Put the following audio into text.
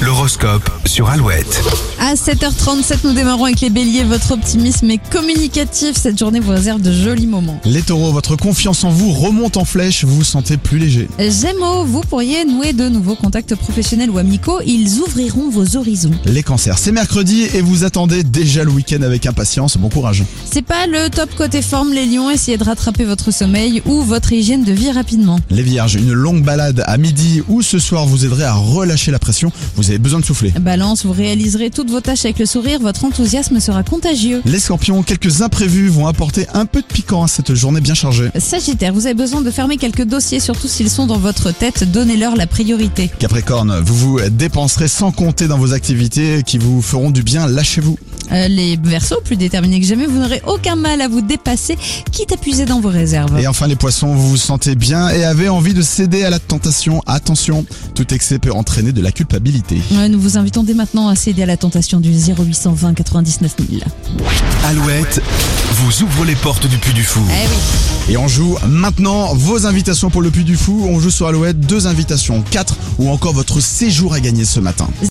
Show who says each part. Speaker 1: l'horoscope sur Alouette.
Speaker 2: À 7h37, nous démarrons avec les béliers. Votre optimisme est communicatif. Cette journée vous réserve de jolis moments.
Speaker 3: Les taureaux, votre confiance en vous remonte en flèche, vous vous sentez plus léger.
Speaker 2: Gémeaux, vous pourriez nouer de nouveaux contacts professionnels ou amicaux. Ils ouvriront vos horizons.
Speaker 3: Les cancers, c'est mercredi et vous attendez déjà le week-end avec impatience, bon courage.
Speaker 2: C'est pas le top côté forme, les lions. Essayez de rattraper votre sommeil ou votre hygiène de vie rapidement.
Speaker 3: Les vierges, une longue balade à midi ou ce soir vous aiderait à relâcher la pression, vous avez besoin de souffler.
Speaker 2: Balance, vous réaliserez toutes vos tâches avec le sourire. Votre enthousiasme sera contagieux.
Speaker 3: Les scorpions, quelques imprévus vont apporter un peu de piquant à cette journée bien chargée.
Speaker 2: Sagittaire, vous avez besoin de fermer quelques dossiers, surtout s'ils sont dans votre tête. Donnez-leur la priorité.
Speaker 3: Capricorne, vous vous dépenserez sans compter dans vos activités qui vous feront du bien, lâchez-vous.
Speaker 2: Euh, les versos, plus déterminés que jamais, vous n'aurez aucun mal à vous dépasser, quitte à puiser dans vos réserves.
Speaker 3: Et enfin les poissons, vous vous sentez bien et avez envie de céder à la tentation, attention, tout excès peut entraîner de la culpabilité.
Speaker 2: Ouais, Euh, nous vous invitons dès maintenant à céder à la tentation du 0820 99 000.
Speaker 1: Alouette vous ouvre les portes du Puy du Fou.
Speaker 2: Eh oui.
Speaker 3: Et on joue maintenant vos invitations pour le Puy du Fou, on joue sur Alouette, deux invitations, quatre ou encore votre séjour à gagner ce matin.